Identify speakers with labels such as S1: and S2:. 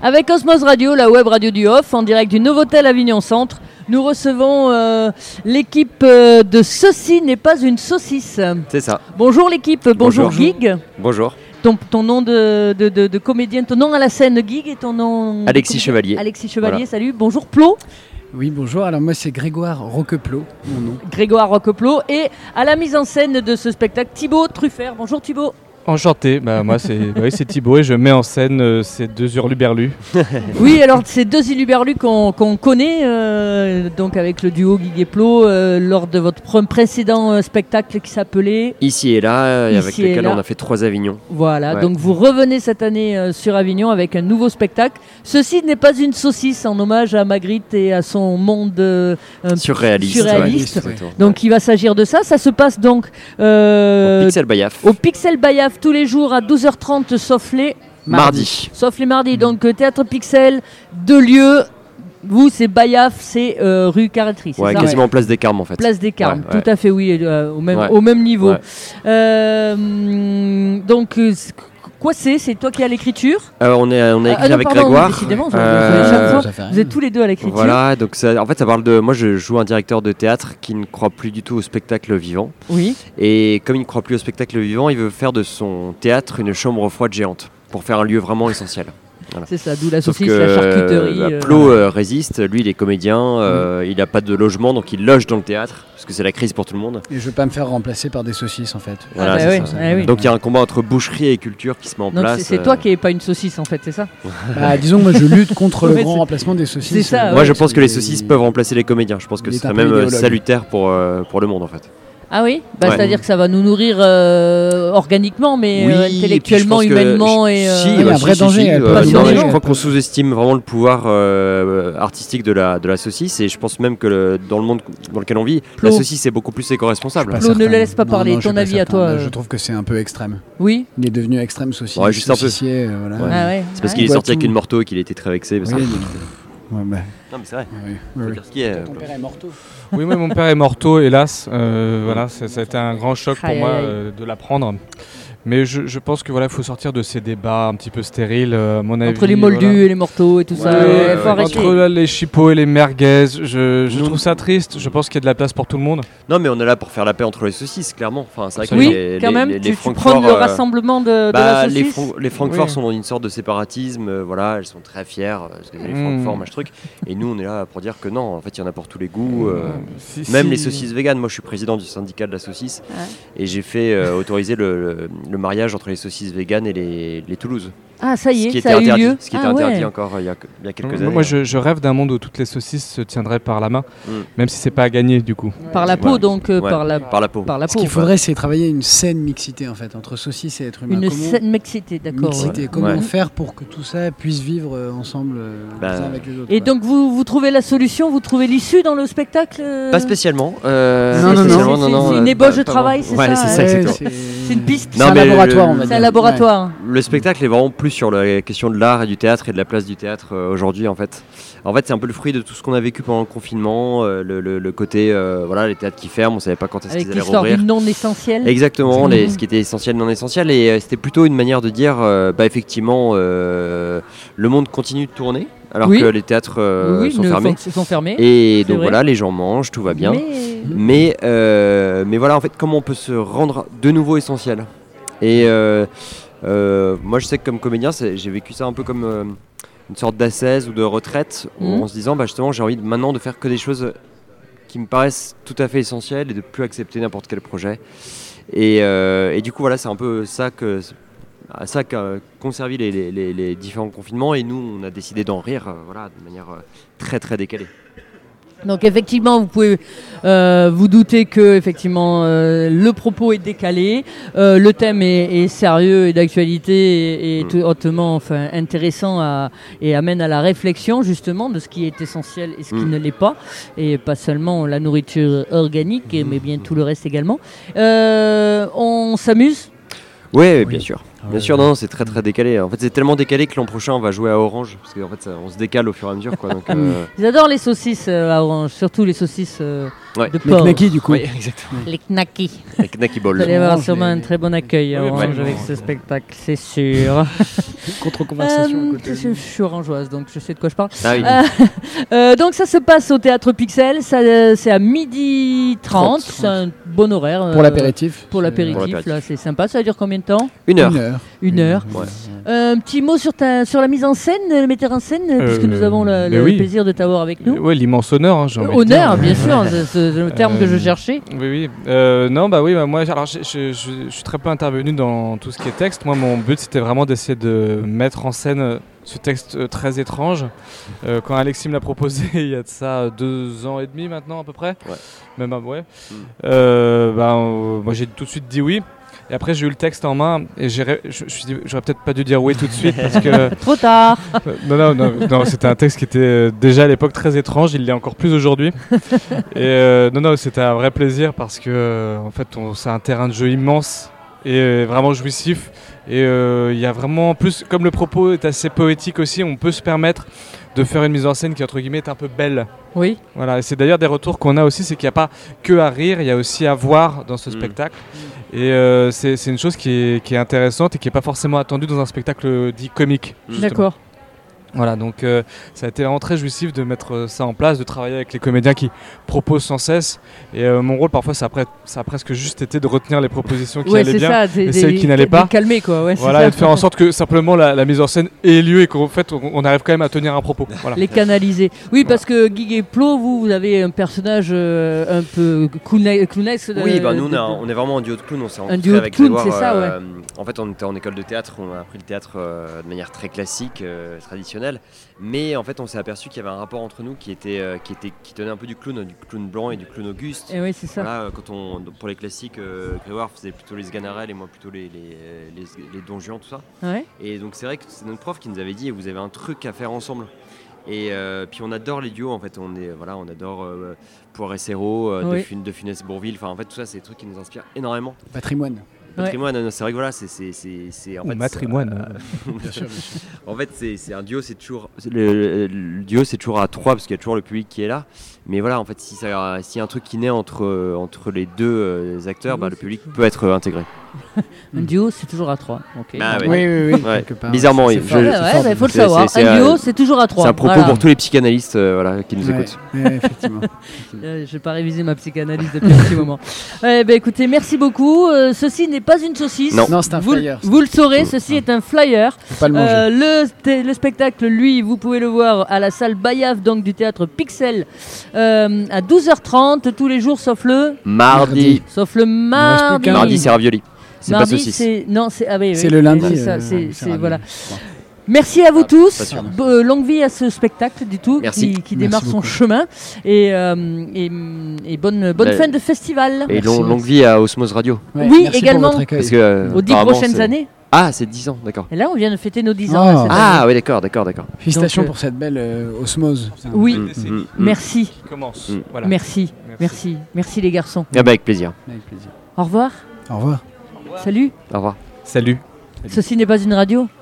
S1: Avec Osmose Radio, la web radio du Off, en direct du Novotel Avignon Centre, nous recevons euh, l'équipe euh, de Ceci n'est pas une saucisse.
S2: C'est ça.
S1: Bonjour l'équipe, bonjour,
S2: Bonjour.
S1: Gig.
S2: Bonjour.
S1: Ton, ton nom de, de- de- de comédienne, ton nom à la scène Gig et ton nom. de
S2: Alexis
S1: comédien-
S2: Chevalier.
S1: Alexis Chevalier, salut. Bonjour Plo,
S3: Oui, bonjour. Alors moi, c'est Grégoire Roqueplot, mon nom.
S1: Grégoire Roqueplot. Et à la mise en scène de ce spectacle, Thibaut Truffert. Bonjour Thibaut.
S4: Enchanté, bah, moi c'est bah oui, c'est Thibaut et je mets en scène euh, ces deux hurluberlus.
S1: Oui, alors ces deux Iluberlus qu'on qu'on connaît, euh, donc avec le duo Guy Plo, euh, lors de votre pre- précédent euh, spectacle qui s'appelait
S2: Ici et là, et avec
S1: Ici et
S2: lesquels
S1: là.
S2: on a fait trois Avignons.
S1: Voilà,
S2: Ouais.
S1: donc vous revenez cette année euh, sur Avignon avec un nouveau spectacle. Ceci n'est pas une saucisse en hommage à Magritte et à son monde euh, un peu
S2: Surréaliste.
S1: surréaliste.
S2: ouais. Exactement.
S1: Donc il va s'agir de ça. Ça se passe donc euh,
S2: Au Pixel Bayaf.
S1: au Pixel Bayaf tous les jours à 12h30 sauf les,
S2: Mardi.
S1: sauf les mardis.
S2: Mm.
S1: Donc euh, Théâtre Pixel, deux lieux. Vous, c'est Bayaf, c'est euh, rue Carretry, c'est
S2: Ouais,
S1: ça
S2: quasiment en place des Carmes en fait.
S1: Place des Carmes,
S2: Ouais, ouais.
S1: tout à fait, oui, euh, au, même,
S2: Ouais.
S1: au même niveau.
S2: Ouais.
S1: Euh, hum, donc, euh, c- quoi c'est C'est toi qui as l'écriture
S2: Euh, on est, on est
S1: Ah,
S2: écrit
S1: non,
S2: avec
S1: pardon,
S2: Grégoire.
S1: décidément, je-
S2: Euh,
S1: chaque fois,
S3: ça fait rien.
S1: Vous êtes tous les deux à l'écriture
S2: Voilà, donc ça, en fait ça parle de... Moi je joue un directeur de théâtre qui ne croit plus du tout au spectacle vivant.
S1: Oui.
S2: Et comme il ne croit plus au spectacle vivant, il veut faire de son théâtre une chambre froide géante pour faire un lieu vraiment essentiel.
S1: C'est ça, d'où la
S2: Sauf
S1: saucisse,
S2: que
S1: la charcuterie.
S2: euh,
S1: euh, Mhm.
S2: bah, Plo euh, résiste, lui il est comédien, euh, il n'a pas de logement donc il loge dans le théâtre parce que c'est la crise pour tout le monde.
S3: Et je veux pas me faire remplacer par des saucisses, en fait.
S1: Ah,
S2: Voilà,
S1: bah
S2: c'est
S1: oui,
S2: ça.
S1: ah oui.
S2: Donc il y a un combat entre boucherie et culture qui se met en
S1: Donc,
S2: place.
S1: c'est- c'est
S2: euh,
S1: toi qui n'es pas une saucisse en fait, c'est ça
S3: Bah, disons que moi, je lutte contre
S1: Ouais,
S3: le
S1: c'est-
S3: grand remplacement des saucisses.
S1: c'est ça,
S3: Euh,
S1: ouais.
S2: Moi je pense que les
S3: c'est-
S2: saucisses peuvent remplacer les comédiens. Je pense que
S3: Il
S2: ce
S3: est
S2: serait
S3: un peu
S2: même euh,
S3: idéologue.
S2: salutaire pour, euh, pour le monde en fait.
S1: Ah oui bah,
S2: Ouais.
S1: C'est-à-dire que ça va nous nourrir euh, organiquement, mais
S2: Oui,
S1: euh,
S2: et puis je
S1: intellectuellement,
S2: pense que-
S1: humainement.
S2: si,
S1: et, euh,
S2: si,
S3: Il y a
S2: ouais,
S3: un
S2: si,
S3: vrai
S2: si,
S3: danger,
S2: si,
S3: elle
S2: euh,
S3: peut
S2: non,
S1: passionner
S2: mais
S1: les
S2: je
S3: gens.
S2: crois qu'on sous-estime vraiment le pouvoir euh, artistique de la, de la saucisse et je pense même que le- dans le monde dans lequel on vit,
S1: Plo.
S2: la saucisse est beaucoup plus éco-responsable.
S3: Pas
S1: Claude, ne
S3: certain.
S1: le laisse pas parler.
S3: je suis
S1: Ton
S3: pas
S1: avis à
S3: certain.
S1: toi,
S3: Là,
S1: euh.
S3: Je trouve que c'est un peu extrême.
S1: Oui
S3: Il est devenu extrême saucissier.
S2: Ouais, juste un peu.
S3: saucissier, euh, voilà.
S2: Ouais.
S1: Ah ouais,
S2: C'est parce
S1: ouais.
S2: qu'il est
S3: Ouais,
S2: sorti avec
S3: tout.
S2: une morteau et qu'il était très vexé. parce
S3: Oui,
S2: que-
S3: mais- ouais, bah,
S2: Non mais c'est vrai.
S3: oui, oui,
S2: Faut
S3: oui.
S2: dire ce qui est, euh,
S3: Ton
S2: Plo.
S3: père est morto.
S4: Oui, moi, mon père est morto, hélas. Euh, voilà, ça, ça a été un grand choc pour
S1: Aïe,
S4: moi
S1: aïe, aïe.
S4: euh, de l'apprendre. Mais je, je pense que voilà, faut sortir de ces débats un petit peu stériles, euh, à mon avis.
S1: Entre les moldus
S4: voilà.
S1: et les mortaux et tout ça,
S4: Ouais,
S1: ouais,
S4: ouais,
S1: faut
S2: ouais.
S1: arrêter.
S4: entre là, les chipots et les merguez, je, je
S2: Nous-
S4: trouve ça triste. Je pense qu'il y a de la place pour tout le monde.
S2: Non mais on est là pour faire la paix entre les saucisses, clairement. Enfin, c'est vrai que
S1: Oui,
S2: les-
S1: quand
S2: les-
S1: même,
S2: les-
S1: tu,
S2: les
S1: tu
S2: Francfort,
S1: prends le
S2: euh,
S1: rassemblement de, de
S2: Bah,
S1: la
S2: les,
S1: saucisse
S2: Fran- les Francfort
S4: Oui.
S2: sont dans une sorte de séparatisme, euh, voilà, elles sont très fières, euh, parce que les
S4: Mm.
S2: Francfort, machin truc. Et nous, on est là pour dire que non, en fait, il y en a pour tous les goûts. euh,
S4: Si-
S2: Même
S4: Mm. si-
S2: les saucisses véganes. Moi, je suis président du syndicat de la saucisse
S1: Ouais.
S2: et j'ai fait euh, autoriser le, le- le mariage entre les saucisses véganes et les, les Toulouse.
S1: Ah, ça y
S2: ce qui
S1: est,
S2: était
S1: ça a eu
S2: interdit,
S1: lieu.
S2: ce qui était
S1: Ah ouais.
S2: interdit encore euh, il y a, il y a quelques
S4: Moi,
S2: années.
S4: Moi, je, je rêve d'un monde où toutes les saucisses se tiendraient par la main,
S2: Mm.
S4: même si c'est pas à gagner du coup.
S1: Par la peau,
S2: Ouais.
S1: donc, euh,
S2: Ouais.
S1: par la,
S2: Par la peau.
S1: par la
S3: Ce
S1: peau.
S3: qu'il faudrait, c'est travailler une saine mixité, en fait, entre saucisses et êtres humains.
S1: Une
S3: Comment-
S1: scène mixité, d'accord. oui.
S3: Mixité.
S2: ouais.
S3: Comment
S1: Ouais.
S3: faire pour que tout ça puisse vivre euh, ensemble euh,
S2: Bah,
S3: les uns avec les autres
S1: Et
S3: quoi.
S1: donc, vous, vous trouvez la solution, vous trouvez l'issue dans le spectacle euh
S2: Pas spécialement. euh,
S3: Non,
S2: pas
S3: non, non.
S2: spécialement,
S1: C'est- c'est
S2: euh,
S1: une ébauche
S2: pas-
S1: de
S2: pas
S1: travail,
S2: vraiment.
S1: c'est ça,
S2: Ouais, c'est
S1: ouais.
S2: ça, exactement.
S1: C'est une piste.
S3: C'est un
S2: Non, mais le-
S3: laboratoire, on va
S1: C'est
S3: dire.
S1: un laboratoire.
S2: Le spectacle est vraiment plus sur la question de l'art et du théâtre et de la place du théâtre euh, aujourd'hui en fait. En fait, c'est un peu le fruit de tout ce qu'on a vécu pendant le confinement, euh, le, le- le côté euh, voilà les théâtres qui ferment, on savait pas quand est-ce
S1: Avec
S2: qu'ils allaient
S1: l'histoire du
S2: rouvrir.
S1: non essentiel.
S2: Exactement,
S1: Mmh.
S2: les, ce qui était essentiel, non essentiel, et euh, c'était plutôt une manière de dire, euh, bah effectivement, euh, le monde continue de tourner alors
S1: Oui.
S2: que les théâtres euh,
S1: oui,
S2: sont
S1: ne-
S2: fermés.
S1: sont- sont fermés.
S2: Et
S1: c'est
S2: donc
S1: vrai.
S2: voilà, les gens mangent, tout va bien.
S1: Mais-
S2: Mm-hmm. Mais, euh, mais voilà, en fait, comment on peut se rendre de nouveau essentiel Et euh, euh, moi, je sais que comme comédien, c'est- j'ai vécu ça un peu comme euh, une sorte d'assaise ou de retraite,
S1: Mhm.
S2: en se disant, bah, justement, j'ai envie de, maintenant de faire que des choses qui me paraissent tout à fait essentielles et de plus accepter n'importe quel projet. Et, euh, et du coup, voilà, c'est un peu ça que à ça qu'a conservé les, les- les- les différents confinements et nous on a décidé d'en rire euh, voilà, de manière euh, très très décalée.
S1: Donc effectivement, vous pouvez euh, vous douter que effectivement euh, le propos est décalé, euh, le thème est, est sérieux et d'actualité et, et
S2: Mm.
S1: tout- hautement enfin intéressant à- et amène à la réflexion justement de ce qui est essentiel et ce qui
S2: Mm.
S1: ne l'est pas et pas seulement la nourriture
S2: Mm.
S1: organique et- mais bien tout le reste également. Euh, on s'amuse.
S2: Ouais,
S3: Oui.
S2: bien sûr. Bien sûr, non, non, c'est très très décalé. En fait, c'est tellement décalé que l'an prochain, on va jouer à Orange. Parce qu'en fait, ça- on se décale au fur et à mesure. Quoi, donc, euh,
S1: Ils adorent les saucisses euh, à Orange, surtout les saucisses euh,
S2: Ouais.
S1: de
S3: Les
S1: porc.
S3: knackis, du coup.
S2: Oui, exactement.
S1: Les knackis.
S2: Avec Naki
S1: Vous
S2: Ball.
S1: allez avoir
S3: Orange,
S1: sûrement
S3: les-
S1: un très bon accueil à
S4: Oui,
S1: Orange
S4: vraiment.
S1: avec ce spectacle, c'est sûr.
S3: Contre-conversation
S1: Euh,
S3: à côté.
S1: je, je suis orangeoise, donc je sais de quoi je parle.
S2: Ah oui.
S1: Euh, Euh, donc ça se passe au Théâtre Pixel, ça, euh, c'est à midi 30, c'est un bon horaire. euh,
S3: Pour l'apéritif.
S1: Pour
S2: Pour
S1: l'apéritif, Mmh.
S2: l'apéritif.
S1: là, c'est sympa. Ça dure combien de temps
S2: Une heure.
S3: Une heure.
S1: Une heure.
S2: Ouais.
S1: Euh, un petit mot sur, ta, sur la mise en scène, le metteur en scène,
S4: Euh,
S1: puisque nous avons le,
S4: mais
S1: le
S4: oui.
S1: plaisir de t'avoir avec nous.
S4: Ouais, l'immense honneur. hein, j'ai envie de
S1: Honneur,
S4: dire.
S1: bien sûr, c'est c'est le terme que je
S4: Euh,
S1: cherchais.
S4: Oui, oui. Euh, non, bah oui, bah, moi, alors, je, je- je- je suis très peu intervenu dans tout ce qui est texte. Moi, mon but, c'était vraiment d'essayer de mettre en scène euh, ce texte euh, très étrange. Euh, quand Alexis me l'a proposé, il y a de ça euh, deux ans et demi maintenant, à peu près.
S2: Ouais.
S4: Même, euh, ouais.
S2: Mm.
S4: Euh, bah, euh, moi, j'ai tout de suite dit oui. Et après, j'ai eu le texte en main et j'ai ré- je je me suis dit, j'aurais peut-être pas dû dire oui tout de suite parce que.
S1: Trop tard.
S4: Euh, Non, non, non, non, c'était un texte qui était euh, déjà à l'époque très étrange, il l'est encore plus aujourd'hui. Et euh, non, non, c'était un vrai plaisir parce que, euh, en fait, on- c'est un terrain de jeu immense et euh, vraiment jouissif. Et euh, il y a vraiment en plus, comme le propos est assez poétique aussi, on peut se permettre de faire une mise en scène qui, entre guillemets, est un peu belle.
S1: Oui.
S4: Voilà, et c'est d'ailleurs des retours qu'on a aussi, c'est qu'il n'y a pas que à rire, il y a aussi à voir dans ce
S2: Mm.
S4: spectacle. Et euh, c'est c'est une chose qui est, qui est intéressante et qui n'est pas forcément attendue dans un spectacle euh, dit comique. justement.
S1: D'accord.
S4: Voilà, donc euh, ça a été vraiment très jouissif de mettre euh, ça en place, de travailler avec les comédiens qui proposent sans cesse. Et euh, mon rôle, parfois, ça a, pre- ça a presque juste été de retenir les propositions qui
S1: Ouais,
S4: allaient
S1: c'est
S4: bien.
S1: ça. des- des-
S4: mais celles qui
S1: des-
S4: n'allaient
S1: des
S4: pas.
S1: Calmer, quoi. ouais, c'est
S4: Voilà,
S1: ça.
S4: et de faire en sorte que simplement la, la mise en scène ait lieu et qu'en fait, on, on arrive quand même à tenir un propos. Voilà.
S1: Les canaliser. Oui, parce que Guy et Plo, vous, vous avez un personnage euh, un peu clowne- clownesque. de-
S2: Oui, bah, nous on,
S1: de-
S2: a- on est vraiment un duo de clowns, on s'est rencontrés
S1: duo de
S2: avec
S1: clowns,
S2: Grégoire,
S1: c'est ça,
S2: euh, en fait, on était en école de théâtre, on a appris le théâtre euh, de manière très classique, euh, traditionnelle, mais en fait, on s'est aperçu qu'il y avait un rapport entre nous qui était, euh, qui était, qui tenait un peu du clown, du clown blanc et du clown auguste.
S1: Eh oui, c'est ça.
S2: Voilà, euh, quand on, pour les classiques, euh, Grégoire faisait plutôt les Sganarelle et moi plutôt les, euh, les, les, les Don Juan, tout ça.
S1: Ouais.
S2: Et donc c'est vrai que c'est notre prof qui nous avait dit vous avez un truc à faire ensemble. Et euh, puis on adore les duos en fait, on est voilà, on adore euh, Poiré Serrault, euh,
S1: Oui.
S2: de, Fun- de Funès Bourville, enfin en fait tout ça c'est des trucs qui nous inspirent énormément.
S3: Patrimoine.
S1: Ouais.
S2: Patrimoine, euh, c'est vrai que voilà, c'est c'est c'est c'est en fait,
S4: euh,
S3: Bien sûr, bien sûr.
S2: en fait, c'est c'est un duo, c'est toujours c'est le, le duo, c'est toujours à trois parce qu'il y a toujours le public qui est là. Mais voilà, en fait, si ça, s'il y a un truc qui naît entre euh, entre les deux euh, les acteurs,
S1: Oui,
S2: bah, le
S1: c'est
S2: public
S1: toujours-
S2: peut être euh, intégré.
S1: Un duo, c'est toujours à trois. Ok.
S2: Bah, Ah ouais.
S3: Oui, oui, oui.
S2: Ouais.
S3: quelque part.
S2: Bizarrement,
S3: C'est
S2: il-
S3: fort.
S2: je-
S1: Ouais,
S2: je-
S1: ouais,
S2: c'est
S1: bah, il faut le
S2: c'est-
S1: savoir.
S2: c'est
S1: Un
S2: un-
S1: duo, c'est toujours à trois.
S2: C'est un propos
S1: Voilà.
S2: pour tous les psychanalystes euh, voilà, qui nous
S3: Ouais.
S2: écoutent.
S3: Ouais, effectivement.
S1: Euh, J'ai pas révisé ma psychanalyse depuis un petit moment. Eh ben, écoutez, merci beaucoup. Euh, ceci n'est pas une saucisse.
S2: Non.
S3: Non, c'est un
S1: Vous,
S3: flyer.
S1: vous le saurez, ceci est un flyer.
S3: Faut pas le manger.
S1: Euh, le, thé- le spectacle, lui, vous pouvez le voir à la salle Bayaf donc du théâtre Pixel euh, à 12h30 tous les jours sauf le
S2: Mardi.
S1: sauf le
S3: reste plus
S1: mardi.
S3: qu'un.
S2: Mardi, c'est ravioli. C'est pas
S1: Mardi,
S2: saucisse.
S1: c'est- non, c'est ah oui, oui,
S3: c'est le lundi.
S1: c'est ça,
S3: euh,
S1: c'est-
S3: on
S1: c'est-
S3: verra
S1: voilà.
S3: bien, je crois.
S1: Merci à vous
S2: Ah, pas
S1: tous.
S2: sûr.
S1: Euh, longue vie à ce spectacle du tout
S2: Merci.
S1: qui, qui
S3: Merci
S1: démarre son
S3: beaucoup.
S1: chemin et, euh, et, et bonne bonne
S2: La-
S1: fin de festival.
S2: Et
S3: Merci.
S2: long- longue vie à Osmose Radio.
S1: Oui,
S3: merci pour
S1: également.
S3: votre accueil.
S2: Parce que, euh,
S1: Aux dix
S2: apparemment,
S1: prochaines
S2: c'est-
S1: années.
S2: Ah, c'est 10 ans, d'accord.
S1: Et là, on vient de fêter nos 10 ans.
S3: Ah.
S1: là, cette
S2: Ah,
S1: année.
S2: oui, d'accord, d'accord, d'accord.
S3: Félicitations
S1: Donc, euh,
S3: pour cette belle euh, osmose.
S1: Oui.
S4: Une
S2: Mm,
S4: décennie
S2: mm, mm.
S1: Merci,
S4: qui commence.
S2: Mm.
S4: Voilà.
S1: merci,
S4: Merci.
S1: merci, merci les garçons.
S2: Ah bah, avec plaisir.
S3: Avec plaisir.
S1: Au revoir,
S3: Au revoir.
S1: salut.
S2: Au revoir.
S4: Salut.
S1: Ceci n'est pas une radio.